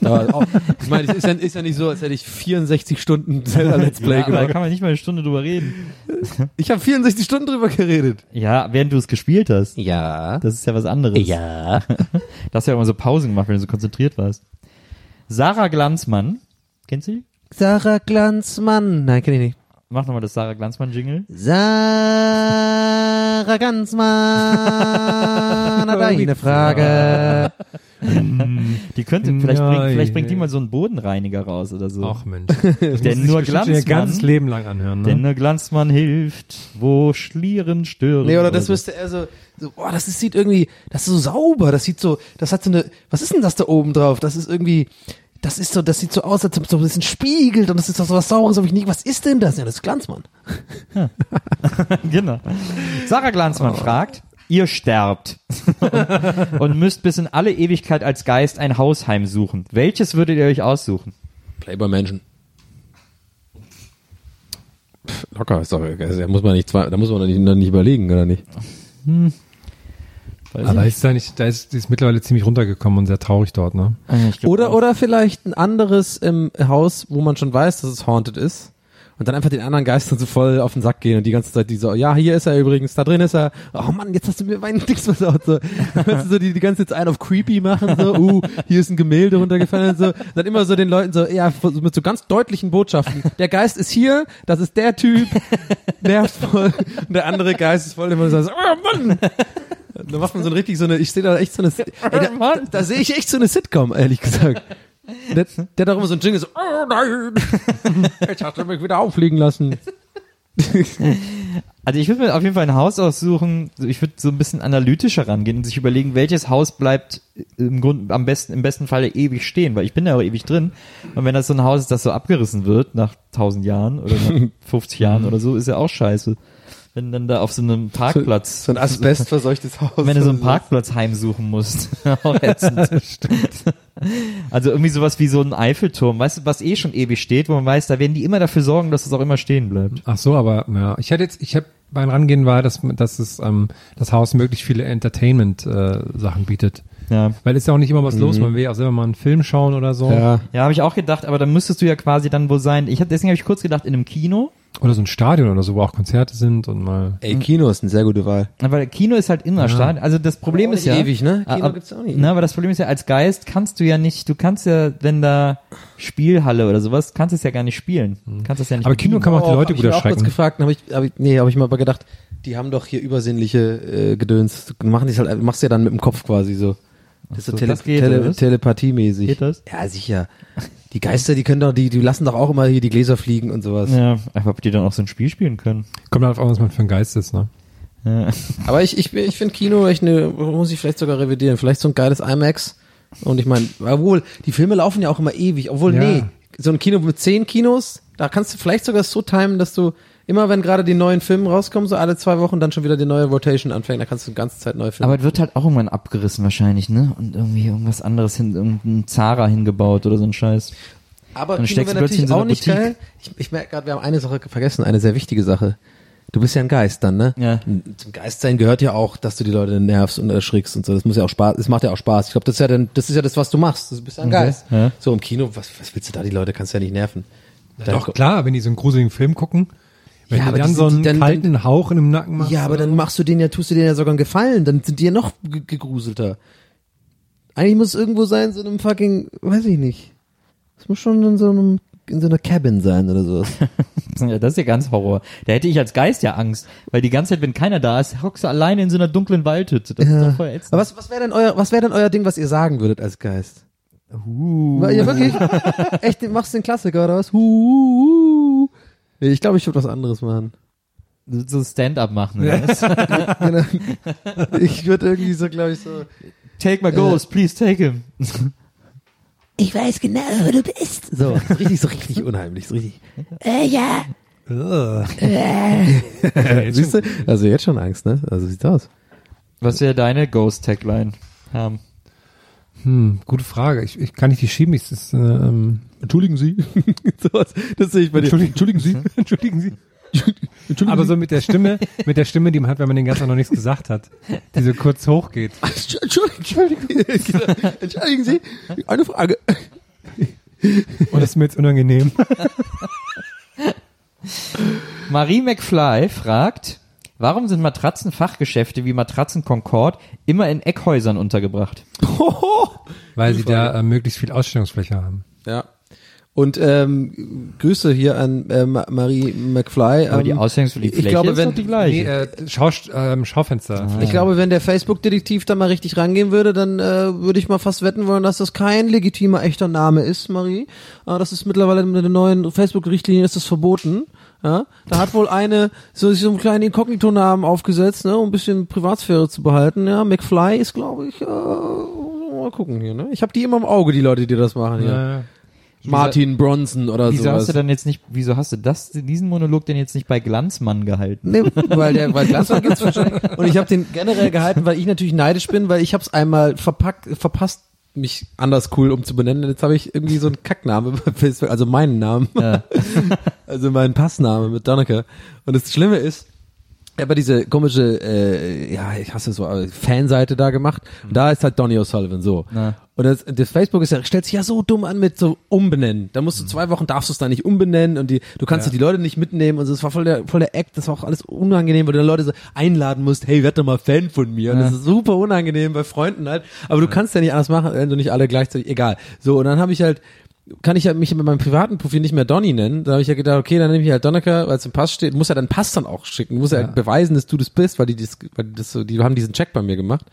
B: Aber auch, ich meine, es ist ja, ist ja nicht so, als hätte ich 64 Stunden Zelda Let's Play
D: Ja, aber da
B: gemacht.
D: kann man nicht mal eine Stunde drüber reden.
B: Ich habe 64 Stunden drüber geredet.
D: Ja, während du es gespielt hast.
B: Ja.
D: Das ist ja was anderes.
B: Ja.
D: Du hast ja immer so Pausen gemacht, wenn du so konzentriert warst. Sarah Glanzmann. Kennst du die?
B: Sarah Glanzmann. Nein, kenn ich nicht.
D: Mach nochmal das Sarah Glanzmann-Jingle.
B: Sarah Glanzmann hat eine Frage.
D: Die könnte, vielleicht,
E: Ja,
D: bringt, vielleicht
E: ja.
D: bringt die mal so einen Bodenreiniger raus oder so.
B: ne?
E: Ach Mensch. Das
D: Denn
E: muss ich
D: nur
E: bestimmt ihr
D: Glanzmann-
E: ganzes Leben lang anhören.
D: Denn
E: Ne?
D: ne Glanzmann hilft, wo Schlieren stören.
B: Nee, oder das
D: so.
B: müsste er so, so boah, das ist, sieht irgendwie, das ist so sauber, das sieht so, das hat so eine, was ist denn das da oben drauf? Das ist irgendwie, das ist so, das sieht so aus, als ob es so ein bisschen spiegelt und das ist doch so was Saures, hab ich nicht, was ist denn das? Ja, das ist Glanzmann.
D: Genau. Sarah
B: Oh.
D: Glanzmann fragt, ihr sterbt und, und müsst bis in alle Ewigkeit als Geist ein Haus heimsuchen. Welches würdet ihr euch aussuchen?
G: Playboy Mansion. Pff, Locker, ist doch, also, da muss man nicht, zwei- da muss man doch nicht, noch nicht überlegen, oder nicht?
B: Also
E: Aber da ist, da, nicht, da ist, die ist mittlerweile ziemlich runtergekommen und sehr traurig dort. Ne?
B: Ah, Oder, oder vielleicht ein anderes im Haus, wo man schon weiß, dass es haunted ist. Und dann einfach den anderen Geistern so voll auf den Sack gehen und die ganze Zeit die so, ja, hier ist er übrigens, da drin ist er. Oh Mann, jetzt hast du mir meinen Dings versaut. So, weißt du, so die, die ganze Zeit einen auf creepy machen, so, uh, hier ist ein Gemälde runtergefallen und so. Und dann immer so den Leuten so, ja, mit so ganz deutlichen Botschaften. Der Geist ist hier, das ist der Typ, nervt voll. Und der andere Geist ist voll immer so, oh Mann, da macht man so ein richtig so eine, ich sehe da echt so eine, ey, da, da sehe ich echt so eine Sitcom, ehrlich gesagt. Der, der hat auch immer so ein Jingle so, oh nein, ich hatte mich wieder auffliegen lassen.
D: Also ich würde mir auf jeden Fall ein Haus aussuchen. So, Ich würde so ein bisschen analytischer rangehen und sich überlegen, welches Haus bleibt im Grund am besten im besten Falle ewig stehen, weil ich bin da auch ewig drin. Und wenn das so ein Haus ist, das so abgerissen wird nach 1000 Jahren oder nach 50 Jahren oder so, ist ja auch scheiße. Wenn dann da auf so einem Parkplatz
B: So ein asbestverseuchtes Haus.
D: wenn du so einen Parkplatz heimsuchen musst. Auch ätzend. also irgendwie sowas wie so ein Eiffelturm, weißt du, was eh schon ewig steht, wo man weiß, da werden die immer dafür sorgen, dass es auch immer stehen bleibt.
E: Ach so, aber ja, ich hatte jetzt, ich habe beim Rangehen war, dass, dass es ähm, das Haus möglichst viele Entertainment-Sachen bietet.
D: Ja.
E: Weil es ist ja auch nicht immer was los, man will ja auch selber mal einen Film schauen oder so.
B: Mhm. Ja.
D: Ja, habe ich auch gedacht, aber dann müsstest du ja quasi dann wo sein. Ich hab, deswegen habe ich kurz gedacht, in einem Kino.
E: Oder so ein Stadion oder so, wo auch Konzerte sind und mal.
B: Ey, Kino ist eine sehr gute Wahl.
D: Weil Kino ist halt immer stark. Also das Problem
B: auch
D: ist
B: nicht
D: ja.
B: ewig, ne? Kino
D: Ah, ab-
B: gibt's auch nicht.
D: Na, aber das Problem ist ja, als Geist kannst du ja nicht, du kannst ja, wenn da Spielhalle oder sowas, kannst du es ja gar nicht spielen.
B: Hm.
D: Kannst das ja nicht
E: Aber Kino
D: bedienen.
E: kann man auch die
B: Oh, hab
E: Leute
B: ich
E: gut
B: mir auch kurz
E: erschrecken.
B: gefragt, habe ich, hab ich, nee, habe ich mal aber gedacht, die haben doch hier übersinnliche äh, Gedöns. Du Machen die halt, machst du ja dann mit dem Kopf quasi so. Das ist so,
D: so,
B: tele
D: das geht, oder
B: tele
D: was?
B: telepatiemäßig.
D: Geht das?
B: Ja, sicher. Die Geister, die können doch, die, die lassen doch auch immer hier die Gläser fliegen und sowas.
D: Ja, einfach, ob die dann auch so ein Spiel spielen können.
E: Kommt darauf an, was man für ein Geist ist, ne?
D: Ja.
B: Aber ich, ich, ich finde Kino echt eine, muss ich vielleicht sogar revidieren. Vielleicht so ein geiles IMAX. Und ich meine, obwohl, die Filme laufen ja auch immer ewig. Obwohl,
E: Ja.
B: nee, so ein Kino mit zehn Kinos, da kannst du vielleicht sogar so timen, dass du immer, wenn gerade die neuen Filme rauskommen, so alle zwei Wochen dann schon wieder die neue Rotation anfängt, da kannst du die ganze Zeit neue Filme.
D: Aber es wird halt auch irgendwann abgerissen wahrscheinlich, ne? Und irgendwie irgendwas anderes hin, irgendein Zara hingebaut oder so ein Scheiß.
B: Aber
D: dann
B: Kino
D: steckst
B: wäre
D: du plötzlich
B: natürlich
D: in so
B: auch
D: einer
B: nicht
D: Boutique.
B: geil. Ich, ich merke gerade, wir haben eine Sache vergessen, eine sehr wichtige Sache. Du bist ja ein Geist dann, ne?
D: Ja.
B: N- Zum Geistsein gehört ja auch, dass du die Leute nervst und erschrickst und so. Das muss ja auch Spaß, das macht ja auch Spaß. Ich glaube, das ist ja dann, das ist ja das, was du machst. Du bist ja ein Geist.
D: ja.
B: So im Kino, was, was willst du da? Die Leute kannst du ja nicht nerven. Dann-
E: Doch, klar, wenn die so einen gruseligen Film gucken, wenn
B: Ja, aber
E: die
B: die
E: dann so
B: sind-
E: einen
B: dann-
E: kalten Hauch in dem Nacken machen.
B: Ja, aber dann machst du denen ja, tust du denen ja sogar einen Gefallen, dann sind die ja noch ge- gegruselter. Eigentlich muss es irgendwo sein, so in einem fucking, weiß ich nicht. Es muss schon in so einem, in so einer Cabin sein oder sowas.
D: Ja, das ist ja ganz Horror. Da hätte ich als Geist ja Angst, weil die ganze Zeit, wenn keiner da ist, hockst du alleine in so einer dunklen Waldhütte. Das ist doch voll ätzend.
B: Aber was, was wäre denn euer, was wäre denn euer Ding, was ihr sagen würdet als Geist? Uh. Ja, wirklich? Echt, machst du den Klassiker oder was? Huh, huh, huh. Nee, ich glaube, ich würde was anderes machen.
D: so Stand-up machen. oder was?
B: Genau. Ich würde irgendwie so, glaube ich, so.
D: Take my ghost, please take him.
A: Ich weiß genau, wo du bist.
B: So, so richtig, so richtig unheimlich, so richtig.
A: Äh, ja.
B: Siehst du? Also jetzt schon Angst, ne? Also sieht's aus.
D: Was wäre deine Ähm, Ghost-Tagline? Haben.
E: Hm, gute Frage. Ich, ich kann nicht die schieben. Ich, das, ist, äh, ähm,
B: Entschuldigen Sie. Sowas. Das sehe ich bei dir.
E: Entschuldigung, Entschuldigen Sie. Entschuldigen Sie. Aber so mit der Stimme, mit der Stimme, die man hat, wenn man den ganzen Tag noch nichts gesagt hat, die so kurz hochgeht.
B: Entschuldigung. Entschuldigen Sie. Eine Frage.
E: Und das ist mir jetzt unangenehm.
D: Marie McFly fragt, warum sind Matratzenfachgeschäfte wie Matratzen Concord immer in Eckhäusern untergebracht?
E: Weil sie da äh, möglichst viel Ausstellungsfläche haben.
B: Ja. Und ähm, Grüße hier an äh, Ma- Marie McFly.
D: Aber die
B: ähm,
D: Ausstellungsfläche
B: ich glaube,
D: ist
B: wenn-
D: doch die gleiche.
E: Nee, äh, Schaust ähm, Schaufenster.
B: Ich glaube, wenn der Facebook-Detektiv da mal richtig rangehen würde, dann äh, würde ich mal fast wetten wollen, dass das kein legitimer, echter Name ist, Marie. Äh, das ist mittlerweile mit der neuen Facebook-Richtlinie ist das verboten. Ja? Da hat wohl eine so, so einen kleinen Inkognito-Namen aufgesetzt, ne, um ein bisschen Privatsphäre zu behalten. Ja, McFly ist, glaube ich, äh, mal gucken hier. Ne? Ich habe die immer im Auge, die Leute, die das machen. Hier.
E: Ja.
B: Martin Bronson oder
D: Wieso hast
B: sowas.
D: du dann jetzt nicht, wieso hast du das, diesen Monolog denn jetzt nicht bei Glanzmann gehalten?
B: Nee, weil der weil Glasmann gibt's wahrscheinlich. Und ich habe den generell gehalten, weil ich natürlich neidisch bin, weil ich habe es einmal verpackt, verpasst, mich anders cool um zu benennen. Jetzt habe ich irgendwie so einen Kackname bei Facebook, also meinen Namen, also meinen Passname mit Donnecker. Und das Schlimme ist, ich habe diese komische, äh, ja, ich hasse es so, aber Fanseite da gemacht. Und da ist halt Donny O'Sullivan so.
D: Na.
B: Und das, das Facebook ist ja, stellt sich ja so dumm an mit so umbenennen. Da musst du zwei Wochen darfst du es da nicht umbenennen und die, du kannst dir die Leute nicht mitnehmen und so. Das war voll der, voll der Act, das war auch alles unangenehm, weil du dann Leute so einladen musst, hey, werd doch mal Fan von mir. Und das ist super unangenehm bei Freunden halt. Aber du kannst ja nicht anders machen, wenn du nicht alle gleichzeitig, egal. So, und dann habe ich halt, kann ich ja mich mit meinem privaten Profil nicht mehr Donny nennen. Da habe ich ja gedacht, okay, dann nehme ich halt Donnecker, weil es im Pass steht. Muss ja dann Pass dann auch schicken. Muss ja, beweisen, dass du das bist, weil die das, weil die das so, die haben diesen Check bei mir gemacht.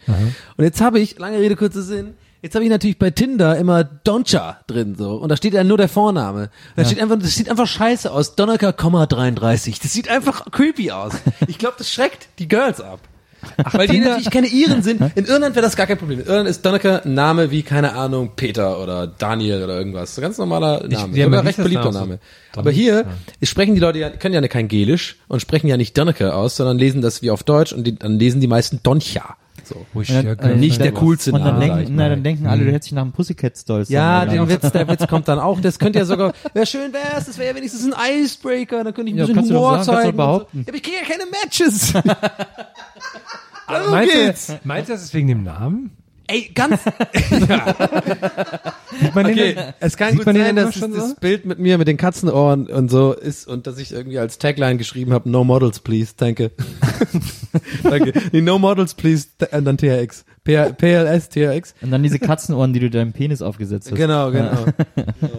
B: Und jetzt habe ich, lange Rede, kurzer Sinn, jetzt habe ich natürlich bei Tinder immer Doncha drin so. Und da steht ja nur der Vorname. Da steht einfach, das sieht einfach scheiße aus. Donnecker, 33. Das sieht einfach creepy aus. Ich glaube, das schreckt die Girls ab. Weil die natürlich keine Iren sind. In Irland wäre das gar kein Problem. In Irland ist Donnecker ein Name wie, keine Ahnung, Peter oder Daniel oder irgendwas. Ein ganz normaler Name.
E: ja,
B: Sogar
E: man
B: recht
E: liest das
B: beliebter
E: auch so.
B: Name.
E: Donnecker,
B: Aber hier sprechen die Leute ja, können ja kein Gälisch und sprechen ja nicht Donnecker aus, sondern lesen das wie auf Deutsch und die, dann lesen die meisten Doncha. So.
E: Wo ich
D: Und
E: ja,
D: äh,
B: nicht
D: dann-
B: der coolste
D: und dann
B: Name, sag ich
D: denken,
B: mal. Mhm.
D: Nein, dann denken alle, du hättest dich nach einem Pussycat Dolls
B: Ja,
D: den
B: den Witz, der Witz kommt dann auch. Das könnte ja sogar, wäre schön wär's, das wäre ja wenigstens ein Icebreaker, dann könnte ich ein
D: Ja,
B: bisschen
D: kannst du doch
B: Humor zeigen.
D: sagen, kannst du doch
B: und so.
D: behaupten.
B: Ja, aber ich kriege ja keine Matches. Darum
E: meinst,
B: geht's.
E: du, meinst du, das ist wegen dem Namen?
B: Ey, ganz.
E: Sieht man den denn-
B: Es kann
E: sieht
B: gut
E: man den
B: sein,
E: denn
B: dass
E: schon
B: es das
E: so?
B: Bild mit mir, mit den Katzenohren und so ist und dass ich irgendwie als Tagline geschrieben habe, no models please, danke. danke. Nee, no models please, th- und dann THX. P PLS, THX.
D: Und dann diese Katzenohren, die du deinem Penis aufgesetzt hast.
B: Genau, genau. Genau.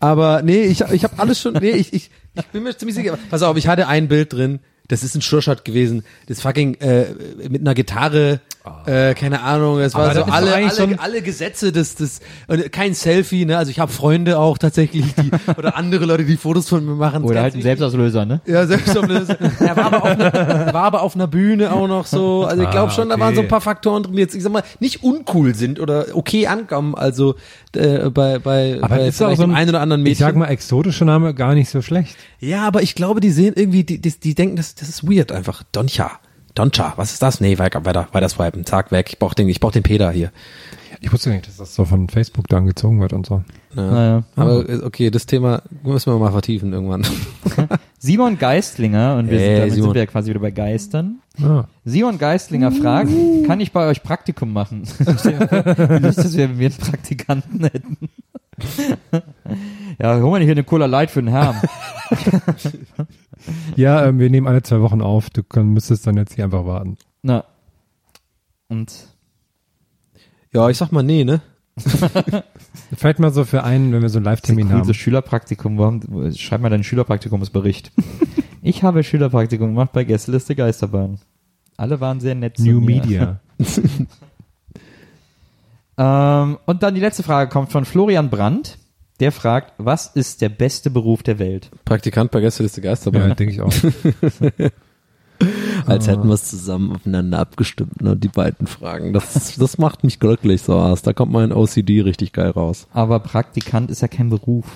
B: Aber nee, ich, ich habe alles schon, nee, ich, ich, ich bin mir ziemlich sicher. Pass auf, ich hatte ein Bild drin, das ist ein Schurschat gewesen, das fucking äh, mit einer Gitarre Äh, keine Ahnung, es
E: Ah. Aber
B: war so
E: das ist
B: alle,
E: doch
B: alle,
E: eigentlich so ein-
B: alle Gesetze des, des und kein Selfie, ne? Also ich habe Freunde auch tatsächlich, die oder andere Leute, die Fotos von mir machen.
D: Oder halt ein Selbstauslöser, ne?
B: Ja, Selbstopplösung. er war aber, auf einer, war aber auf einer Bühne auch noch so. Also ich glaube
E: Ah,
B: schon, da
E: okay.
B: waren so ein paar Faktoren drin, die jetzt, ich sag mal, nicht uncool sind oder okay ankommen. Also äh, bei, bei,
E: Aber
B: bei
E: ist auch
B: vielleicht
E: so
B: dem einen oder anderen Mädchen.
E: Ich sag mal, exotischer Name gar nicht so schlecht.
B: Ja, aber ich glaube, die sehen irgendwie, die, die, die denken, das, das ist weird einfach. Doncha. Doncha, was ist das? Nee, weiter, weiter, weiter swipen. Zack, weg. Ich brauch den, ich brauch den Peter hier.
E: Ich wusste nicht, dass das so von Facebook dann gezogen wird und so.
B: Ja.
D: Naja.
E: Ah.
B: Aber äh, okay, das Thema müssen wir mal vertiefen irgendwann.
D: Simon Geistlinger, und wir
B: Hey,
D: sind, damit
B: Äh, Simon.
D: sind wir ja quasi wieder bei Geistern.
E: Ja.
D: Simon Geistlinger fragt, kann ich bei euch Praktikum machen? Nicht, dass wir wir einen Praktikanten hätten. ja, hol mal hier eine Cola Light für den Herrn.
E: Ja, ähm, wir nehmen alle zwei Wochen auf. Du kann, müsstest dann jetzt hier einfach warten.
D: Na. Und
B: ja, ich sag mal nee, ne?
E: Vielleicht mal so für einen, wenn wir so einen Live-Termin
D: cool, so
E: haben.
D: Schülerpraktikum, warum, schreib mal deinen Schülerpraktikumsbericht. ich habe Schülerpraktikum gemacht bei Gästeliste Geisterbahn. Alle waren sehr nett zu
E: New
D: mir.
E: Media.
D: Ähm, und dann die letzte Frage kommt von Florian Brandt. Der fragt, was ist der beste Beruf der Welt?
B: Praktikant bei Gästeliste Geisterbahn.
E: Ja, denke ich auch.
H: Als
B: Ah.
H: hätten wir es zusammen aufeinander abgestimmt, ne, die beiden Fragen. Das, das macht mich glücklich, so was. Da kommt mein OCD richtig geil raus.
D: Aber Praktikant ist ja kein Beruf.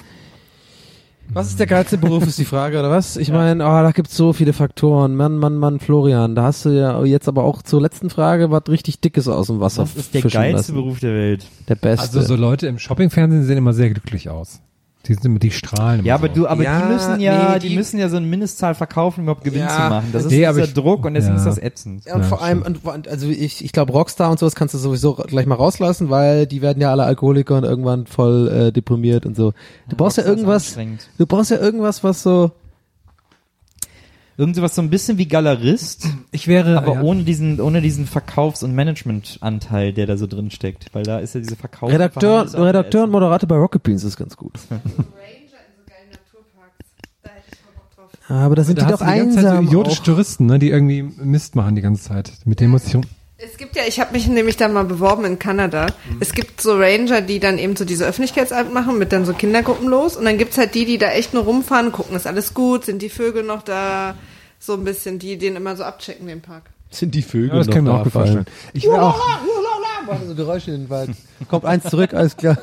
B: Was ist der geilste Beruf, ist die Frage, oder was? Ich meine, oh, da gibt's so viele Faktoren. Mann, Mann, Mann, Florian, da hast du ja jetzt aber auch zur letzten Frage was richtig Dickes aus dem Wasser.
D: Das ist der
B: fischen
D: geilste
B: lassen.
D: Beruf der Welt.
B: Der beste.
E: Also so Leute im Shopping-Fernsehen sehen immer sehr glücklich aus. Die sind immer, die strahlen.
D: Ja,
E: immer
D: aber
E: so.
D: du, aber
B: Ja,
D: die müssen ja,
B: nee,
D: die,
B: die-
D: müssen ja so eine Mindestzahl verkaufen, um überhaupt Gewinn
B: Ja,
D: zu machen. Das ist
E: nee, aber
D: dieser
E: ich-
D: Druck und deswegen
E: ja.
D: ist das ätzend.
B: ja, und
E: Ja,
B: vor allem, und, und- also ich, ich glaube, Rockstar und sowas kannst du sowieso gleich mal rauslassen, weil die werden ja alle Alkoholiker und irgendwann voll äh, deprimiert und so. Du brauchst ja
D: Rockstar ist
B: irgendwas,
D: anstrengend.
B: du brauchst ja irgendwas, was so,
D: Irgend sowas so ein bisschen wie Galerist,
E: ich wäre,
D: aber
E: ja.
D: ohne diesen, ohne diesen Verkaufs- und Managementanteil, der da so drin steckt, weil da ist ja diese Verkauf.
B: Redakteur,
D: Verhandlungssache
B: Redakteur und
D: ätzend.
B: Moderator bei Rocket Beans ist ganz gut.
F: Ranger in so geilen Naturparks. Da hätte ich mal Bock drauf.
B: Aber da sind
E: da
B: die
E: hast
B: doch
E: du die ganze Zeit
B: einsam.
E: so idiotische
B: auch.
E: Touristen, ne, die irgendwie Mist machen die ganze Zeit. Mit denen muss ich rum.
F: Es gibt ja, ich habe mich nämlich dann mal beworben in Kanada. Es gibt so Ranger, die dann eben so diese Öffentlichkeitsarbeit machen, mit dann so Kindergruppen los. Und dann gibt's halt die, die da echt nur rumfahren, gucken, ist alles gut, sind die Vögel noch da, so ein bisschen, die den immer so abchecken, den Park.
B: Sind die Vögel
E: Ja, das
B: noch
E: kann ich mir
B: da
E: auch gut
B: vor allem.
E: vorstellen. Ich wäre auch,
B: Machen so Geräusche in den Wald. Kommt eins zurück, alles klar.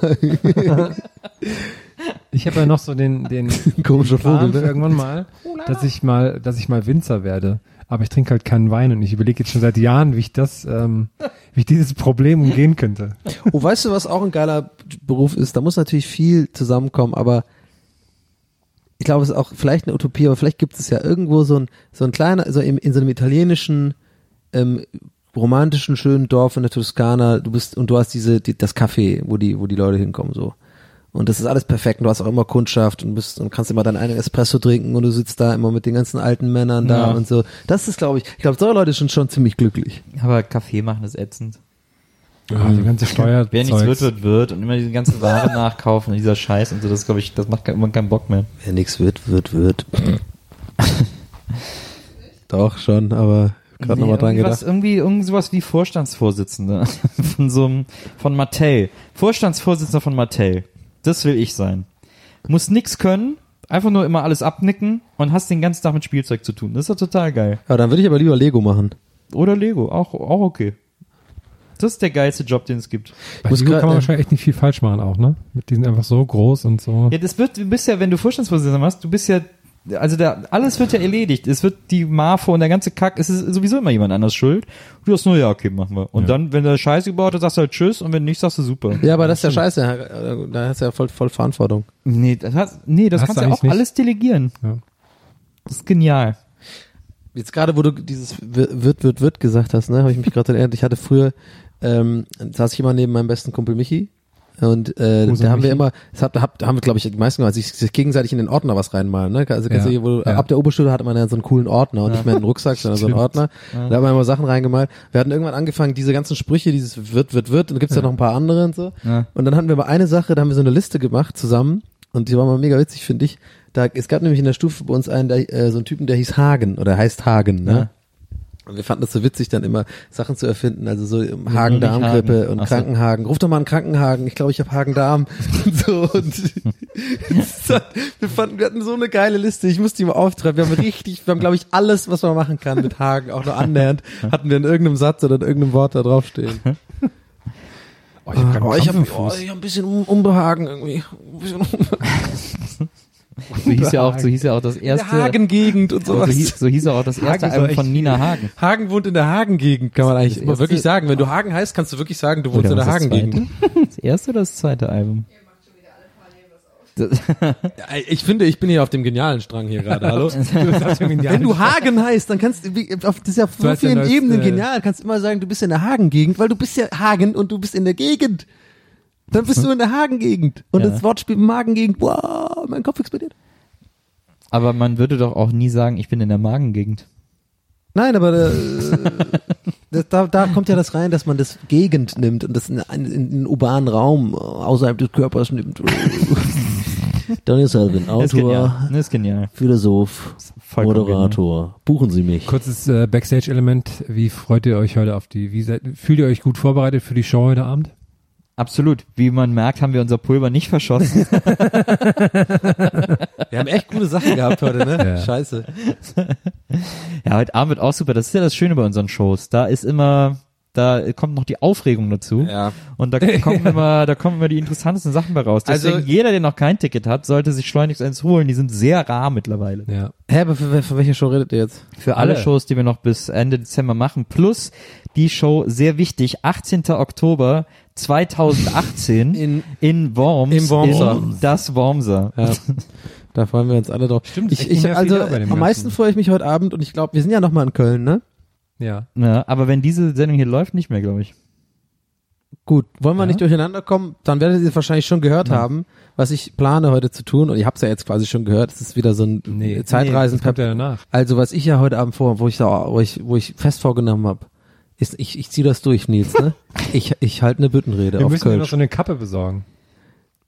E: ich habe ja noch so den, den
B: Komischer
E: Plan für
B: Vogel, ne?
E: irgendwann mal, dass ich mal, dass ich mal Winzer werde. Aber ich trinke halt keinen Wein und ich überlege jetzt schon seit Jahren, wie ich das, ähm, wie ich dieses Problem umgehen könnte.
B: Oh, weißt du, was auch ein geiler Beruf ist? Da muss natürlich viel zusammenkommen, aber ich glaube, es ist auch vielleicht eine Utopie, aber vielleicht gibt es ja irgendwo so ein, so ein kleiner, so in, in so einem italienischen, ähm, romantischen, schönen Dorf in der Toskana, du bist, und du hast diese, die, das Café, wo die, wo die Leute hinkommen, so. Und das ist alles perfekt. und Du hast auch immer Kundschaft und bist und kannst immer deinen einen Espresso trinken und du sitzt da immer mit den ganzen alten Männern da
D: Ja.
B: und so. Das ist, glaube ich, ich glaube, solche Leute sind schon ziemlich glücklich.
D: Aber Kaffee machen ist ätzend.
E: Ah, die ganze Steuer.
D: Wer nichts wird, wird, wird und immer diese ganze Ware nachkaufen und dieser Scheiß und so, das glaube ich, das macht irgendwann keinen Bock mehr.
B: Wer nix wird, wird, wird. Doch, schon, aber gerade nochmal dran
D: irgendwas-
B: gedacht.
D: Irgendwie, irgendwie sowas wie Vorstandsvorsitzender von so einem, von Mattel. Vorstandsvorsitzender von Mattel. Das will ich sein. Muss nix können, einfach nur immer alles abnicken und hast den ganzen Tag mit Spielzeug zu tun. Das ist doch total geil.
B: Ja, dann würde ich aber lieber Lego machen.
D: Oder Lego, auch, auch okay. Das ist der geilste Job, den es gibt.
E: Bei
B: Muss
E: Lego
B: grad,
E: kann man
B: äh,
E: wahrscheinlich echt nicht viel falsch machen auch, ne? Mit diesen einfach so groß und so.
D: Ja, das wird, du bist ja, wenn du Vorstandsvorsitzender machst, du bist ja, also da, alles wird ja erledigt. Es wird die Marfo und der ganze Kack, es ist sowieso immer jemand anders schuld. Du sagst nur, ja, okay, machen wir. Und dann, wenn der Scheiß gebaut hat, sagst du halt Tschüss und wenn nicht, sagst du super.
B: Ja, aber das ist ja scheiße. äh, Da hast du ja voll, voll Verantwortung.
D: Nee, das, hast, nee, das
E: Hast du
D: kannst du ja auch
E: eigentlich nicht.
D: alles delegieren.
E: Ja.
D: Das ist genial.
B: Jetzt gerade, wo du dieses wird, wird, wird, wird gesagt hast, ne, habe ich mich gerade erinnert. Ich hatte früher, ähm, saß ich immer neben meinem besten Kumpel Michi. Und äh,
E: Wo ist
B: da haben wir
E: Michi?
B: immer, das hab, hab, haben wir, glaube ich, die meisten gemacht, sich, sich gegenseitig in den Ordner was reinmalen. Ne? Also kennst
E: Ja,
B: du hier, wo, du-
E: ja.
B: ab der Oberschule hatte man ja so einen coolen Ordner und nicht mehr einen Rucksack, sondern so einen Ordner. Da haben wir immer Sachen reingemalt. Wir hatten irgendwann angefangen, diese ganzen Sprüche, dieses wird, wird, wird, und da gibt's ja noch ein paar andere und so.
D: Ja.
B: Und dann hatten wir mal eine Sache, da haben wir so eine Liste gemacht zusammen und die war mal mega witzig, finde ich. Da, es gab nämlich in der Stufe bei uns einen, der, äh, so einen Typen, der hieß Hagen oder heißt Hagen, ne? Und wir fanden das so witzig, dann immer Sachen zu erfinden, also so im Hagen-Darm-Grippe und
D: Ach so.
B: Krankenhagen. Ruf doch mal einen Krankenhagen, ich glaube, ich habe Hagen-Darm. Und so, und das hat- wir, fanden, wir hatten so eine geile Liste, ich musste die mal auftreiben. Wir haben richtig, wir haben, glaube ich, alles, was man machen kann mit Hagen, auch nur annähernd, hatten wir in irgendeinem Satz oder in irgendeinem Wort da draufstehen.
E: Oh, ich hab grad
B: Oh,
E: einen
B: ich habe
E: Krampf im
B: oh,
E: Fuß.
B: ich hab ein bisschen Un- Unbehagen irgendwie. Ein bisschen um Unbehagen.
D: So hieß ja auch, so hieß ja genau, auch das erste.
B: der Hagen-Gegend und
D: so,
B: sowas.
D: hieß, so hieß ja auch das
B: Hagen
D: erste
B: ist
D: Album
B: doch
D: von
B: echt-
D: Nina Hagen.
B: Hagen wohnt in der Hagen-Gegend, kann man eigentlich
D: Das
B: immer
D: erste-
B: wirklich sagen. Wenn du Hagen heißt, kannst du wirklich sagen, du wohnst
D: Oder
B: in der
D: was das
B: Hagen-Gegend.
D: zweite? Das erste oder das zweite Album?
B: Ja, Ich finde, ich bin hier auf dem genialen Strang hier gerade. Hallo? Wenn
E: Wenn
B: du Hagen heißt, dann kannst du wie- auf dieser so
E: heißt ja
B: vielen
E: das,
B: Ebenen
E: äh,
B: genial, kannst immer sagen, du bist in der Hagen-Gegend, weil du bist ja Hagen und du bist in der Gegend. Dann bist du in der Hagen-Gegend. Und
D: Ja.
B: das Wortspiel Magen-Gegend, wow, mein Kopf explodiert.
D: Aber man würde doch auch nie sagen, ich bin in der Magengegend.
B: Nein, aber äh, das, da, da kommt ja das rein, dass man das Gegend nimmt und das in, in, in einen urbanen Raum äh, außerhalb des Körpers nimmt.
A: Daniel Selvin,
D: Das ist
A: Autor,
D: genial. Das ist genial.
A: Philosoph,
D: Vollkommen genau.
E: genau.
A: Moderator. Buchen Sie mich.
E: Kurzes äh, Backstage-Element. Wie freut ihr euch heute auf die, wie seid, fühlt ihr euch gut vorbereitet für die Show heute Abend?
D: Absolut. Wie man merkt, haben wir unser Pulver nicht verschossen.
B: Wir haben echt gute Sachen gehabt heute, ne?
E: Ja.
B: Scheiße.
D: ja, heute Abend wird auch super. Das ist ja das Schöne bei unseren Shows. Da ist immer, da kommt noch die Aufregung dazu.
B: Ja.
D: Und da kommen immer, da kommen immer die interessantesten Sachen bei raus.
B: Also-
D: Deswegen jeder, der noch kein Ticket hat, sollte sich schleunigst eins holen. Die sind sehr rar mittlerweile.
E: Ja.
B: Hä, aber für, für welche Show redet ihr jetzt?
D: Für alle
E: Alle.
D: Shows, die wir noch bis Ende Dezember machen, plus die Show, sehr wichtig, 18. Oktober 2018
B: In-
D: in Worms.
B: in Wormser.
D: in das Wormser.
B: Ja. Da freuen wir uns alle drauf. Stimmt,
E: echt
B: ich, ich,
E: nervig
B: also
E: auch bei dem
B: am meisten
E: Ganzen.
B: freue ich mich heute Abend und ich glaube, wir sind ja nochmal in Köln, ne?
E: Ja.
D: Ja, aber wenn diese Sendung hier läuft, nicht mehr, glaube ich.
B: Gut, wollen wir nicht durcheinander kommen, dann werdet ihr wahrscheinlich schon gehört haben, was ich plane heute zu tun. Und ihr habt es ja jetzt quasi schon gehört, es ist wieder so ein
E: Nee.
B: Zeitreisen.
E: Nee, das kommt ja danach.
B: Also was ich ja heute Abend vor, wo ich, da, wo ich, wo ich fest vorgenommen habe, ist, ich, ich ziehe das durch, Nils, ne? ich ich halte eine Büttenrede
E: Wir
B: auf
E: müssen dir noch
B: Kölsch.
E: so eine Kappe besorgen.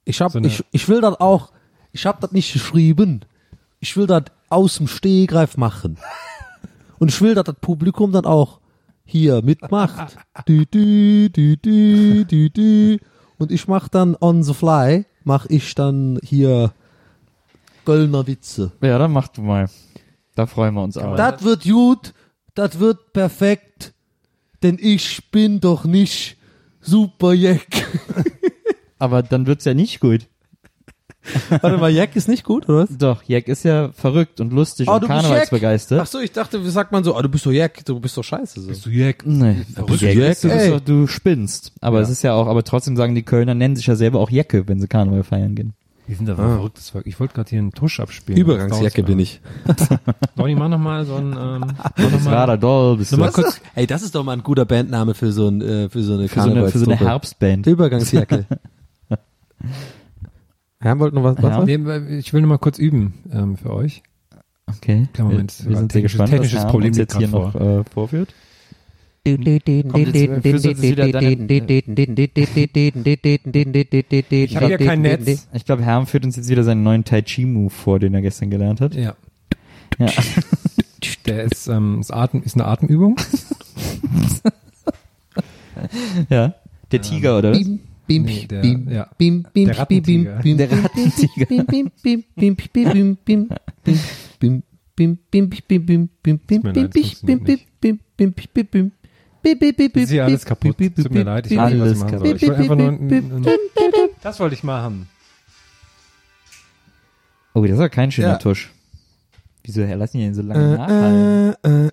B: ich, hab,
E: so eine-
B: ich, ich will das auch, ich habe das nicht geschrieben. Ich will das aus dem Stehgreif machen. Und ich will, dass das Publikum dann auch hier mitmacht. Dü, dü, dü, dü, dü, dü. Und ich mach dann on the fly, mach ich dann hier Kölner Witze.
D: Ja, dann mach du mal. Da freuen wir uns auch.
B: Das wird gut, das wird perfekt, denn ich bin doch nicht super Jack.
D: aber dann wird's ja nicht gut.
B: Warte mal, Jack ist nicht gut, oder was?
D: Doch, Jack ist ja verrückt und lustig
B: Oh,
D: und
B: Ach
D: karnevalsbegeistert.
B: so, ich dachte, wie sagt man so, ah, du bist doch Jack, du bist doch scheiße. So.
E: Jack.
D: Nee,
E: Verrückt.
D: Jack ist, du, bist
B: Ey.
D: doch, du spinnst. Aber es ist ja auch, aber trotzdem sagen die Kölner, nennen sich ja selber auch Jacke, wenn sie Karneval feiern gehen.
E: Die sind aber verrücktes Volk. Ich wollte gerade hier einen Tusch abspielen.
B: Ah. Übergangsjacke bin ich.
E: Donny, mach nochmal so ein, ähm,
D: Das Radadoll bist du.
B: Nochmal kurz, ey, das ist doch mal ein guter Bandname für so, ein, äh, für so eine
D: Für so eine, für so eine
B: Karnevalstruppe.
D: Herbstband.
B: Übergangsjacke. Herr wollte noch was,
D: Ja.
B: was
E: Nee, weil ich will nur mal kurz üben ähm, für euch.
D: Okay.
E: Klar, Moment,
D: wir, wir sind sehr
E: technisches-
D: gespannt,
E: technisches
D: was Herr
E: Problem
D: uns
E: liegt
D: jetzt hier
E: grad
D: noch äh, vorführt.
E: Ich habe hier kein Netz.
D: Ich glaube, Herm führt uns jetzt wieder seinen neuen Tai Chi Move vor, den er gestern gelernt hat.
E: Ja.
D: Ja.
E: Der ist, ähm, ist, Atem, ist eine Atemübung.
D: ja. Der Tiger, oder? was?
A: Bim, bim,
E: Nee, der-
A: bim,
E: ja.
A: bim, bim,
E: Der
A: bim, bim,
E: Rattentiger.
A: bim,
D: Der Rattentiger.
A: bim, bim, bim, bim, bim, bim, bim, bim, bim, bim, bim, bim, bim, bim,
E: mir
A: bim, bim, bim, bim, bim, bim, bim, bim,
E: leid, das funktioniert
A: bim,
E: Ist hier alles
A: bim,
E: kaputt.
A: bim,
E: Tut mir
A: bim,
E: leid, ich
A: bim,
E: weiß nicht, was ich
D: Alles
E: machen soll.
D: kaputt.
E: Ich wollte einfach nur ein, ein, ein, Das wollte ich mal haben.
D: Oh, das war kein schöner
B: Ja.
D: Tusch. Wieso Herr, lassen die den so
A: Äh,
D: lange nachhallen?
B: Äh,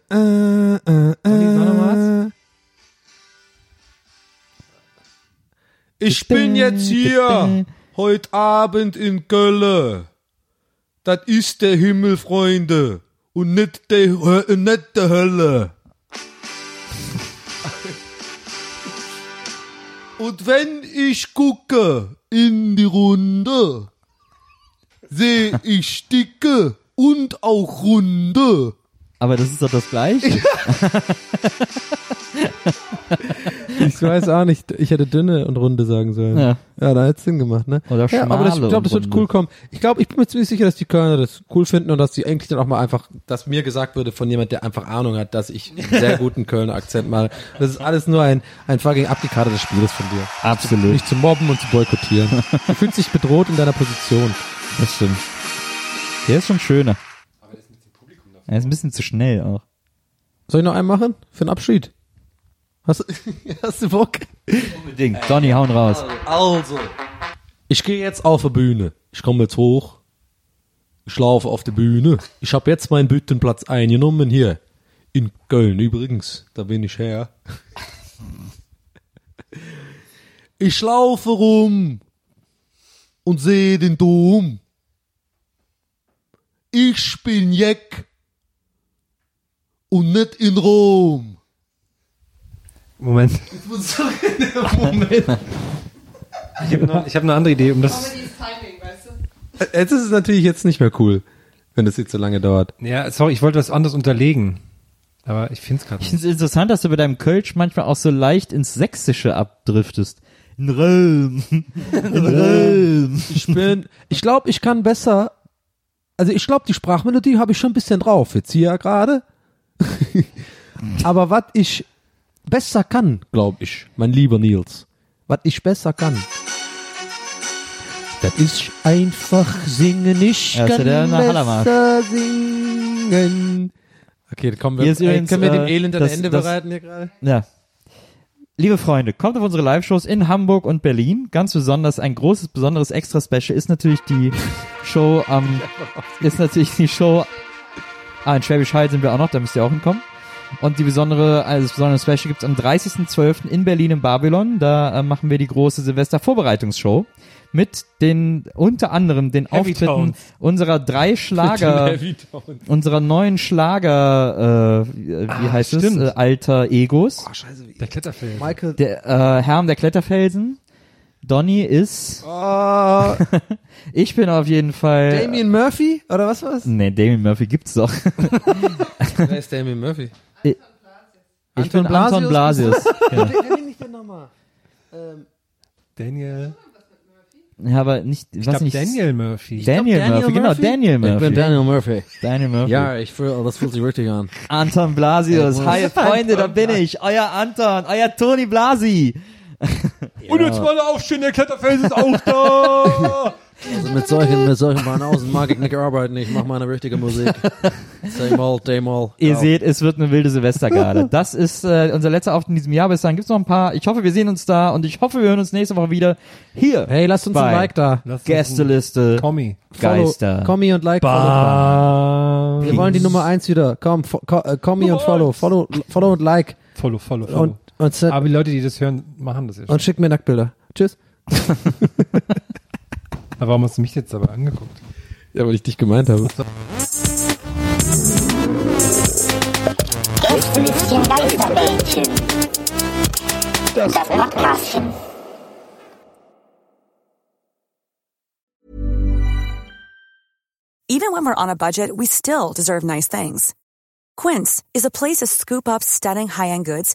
G: Ich bin jetzt hier, heute Abend in Köln. Das ist der Himmel, Freunde, und nicht der, Hö- äh, nicht der Hölle. Und wenn ich gucke in die Runde, sehe ich dicke und auch runde.
D: Aber das ist doch das Gleiche.
B: Ich Ich weiß auch nicht. Ich hätte dünne und runde sagen sollen.
D: Ja.
B: Ja, da hätte es Sinn gemacht, ne?
D: Oder
B: ja, aber das, ich
D: schmale
B: glaube, das
D: und
B: wird
D: runde.
B: cool kommen. Ich glaube, ich bin mir ziemlich sicher, dass die Kölner das cool finden und dass die eigentlich dann auch mal einfach, dass mir gesagt würde von jemand, der einfach Ahnung hat, dass ich einen sehr guten Kölner Akzent mache. Das ist alles nur ein, ein fucking abgekartetes Spiel ist von dir.
D: Absolut.
B: Nicht zu mobben und zu boykottieren. Du fühlst dich bedroht in deiner Position.
D: Das stimmt. Der ist schon schöner. Er ist ein bisschen zu schnell auch.
B: Soll ich noch einen machen? Für den Abschied? Hast, hast du Bock?
D: Unbedingt. Donny, hauen raus.
B: Also. Ich gehe jetzt auf die Bühne. Ich komme jetzt hoch. Ich laufe auf die Bühne. Ich habe jetzt meinen Büttenplatz eingenommen hier. In Köln übrigens. Da bin ich her. Ich laufe rum und sehe den Dom. Ich bin Jack und nicht in Rom.
E: Moment. Ich habe eine, hab ne andere Idee, um das.
F: Timing, weißt du?
B: Jetzt ist es natürlich jetzt nicht mehr cool, wenn das jetzt so lange dauert.
E: Ja, sorry, ich wollte was anderes unterlegen. Aber ich finde es gerade
D: Ich
E: nicht.
D: finde es interessant, dass du bei deinem Kölsch manchmal auch so leicht ins Sächsische abdriftest. In Röhm. In Röhm.
B: Ich bin, ich glaube, ich kann besser. Also ich glaube, die Sprachmelodie habe ich schon ein bisschen drauf jetzt hier gerade. Aber was ich besser kann, glaube ich, mein lieber Nils, was ich besser kann, das ist einfach singen. Ich
D: Ja, das ist
B: kann
D: ja der nach Hallermarsch.
B: besser singen. Okay, dann kommen wir.
D: Hier ist
B: ey,
D: übrigens,
B: können wir dem
D: äh,
B: Elend ein
D: das-
B: Ende
D: das-
B: bereiten hier gerade?
D: Ja. Liebe Freunde, kommt auf unsere Live-Shows in Hamburg und Berlin. Ganz besonders ein großes, besonderes Extra-Special ist natürlich die Show am, ist natürlich die Show, ah, in Schwäbisch Hall sind wir auch noch, da müsst ihr auch hinkommen. Und die besondere, also das besondere Special gibt's am 30.12. in Berlin im Babylon. Da äh, machen wir die große Silvester-Vorbereitungsshow mit den, unter anderem den Auftritten unserer drei Schlager, unserer neuen Schlager, äh, wie heißt
E: stimmt.
D: es, äh, alter Egos.
E: Der Kletterfilm.
D: Der äh, Herm der Kletterfelsen. Donny ist. ich bin auf jeden Fall.
B: oh, Damien Murphy oder was war's?
D: Nee, Damien Murphy gibt's doch.
B: Wer ist Damien Murphy?
D: Ich bin Anton Blasius. ja.
E: Daniel.
D: ja, aber nicht.
E: Ich
D: was
E: glaube,
D: nicht,
E: Daniel Murphy.
D: Daniel, Murphy, genau, Daniel Murphy.
B: Daniel Murphy.
D: Daniel Murphy.
B: Ja, ich fühl, oh, das fühlt sich richtig an.
D: Anton Blasius. Hi, Freunde, da bin ich. Euer Anton, euer Toni Blasi.
E: Und jetzt mal aufstehen, der Kletterfels ist auch da!
B: Also mit solchen, mit solchen Banausen mag ich nicht arbeiten. Ich mache meine richtige Musik. Same old, same old.
D: Ihr
B: Ciao.
D: seht, es wird eine wilde Silvestergarde. Das ist äh, unser letzter Auftritt in diesem Jahr. Bis dahin gibt's noch ein paar. Ich hoffe, wir sehen uns da und ich hoffe, wir hören uns nächste Woche wieder hier.
B: Hey, lasst uns
D: bei
B: ein Like da.
E: Lass uns
D: Gästeliste.
E: einen Kommi.
B: Follow-
D: Geister.
B: Kommi und Like. follow.
E: Bam.
B: Wir wollen die Nummer eins wieder. Komm, fo ko äh, Kommi und Follow. Follow, follow und Like.
E: Follow, follow, follow.
B: Und, und, set-
E: Aber die Leute, die das hören, machen das ja schon.
B: und schick mir Nacktbilder. Tschüss.
E: Aber warum hast du mich jetzt dabei angeguckt?
B: Ja, weil ich dich gemeint habe.
I: Gästelistchen Geisterbällchen. Das Podcastchen.
J: Even when we're on a budget, we still deserve nice things. Quince is a place to scoop up stunning high-end goods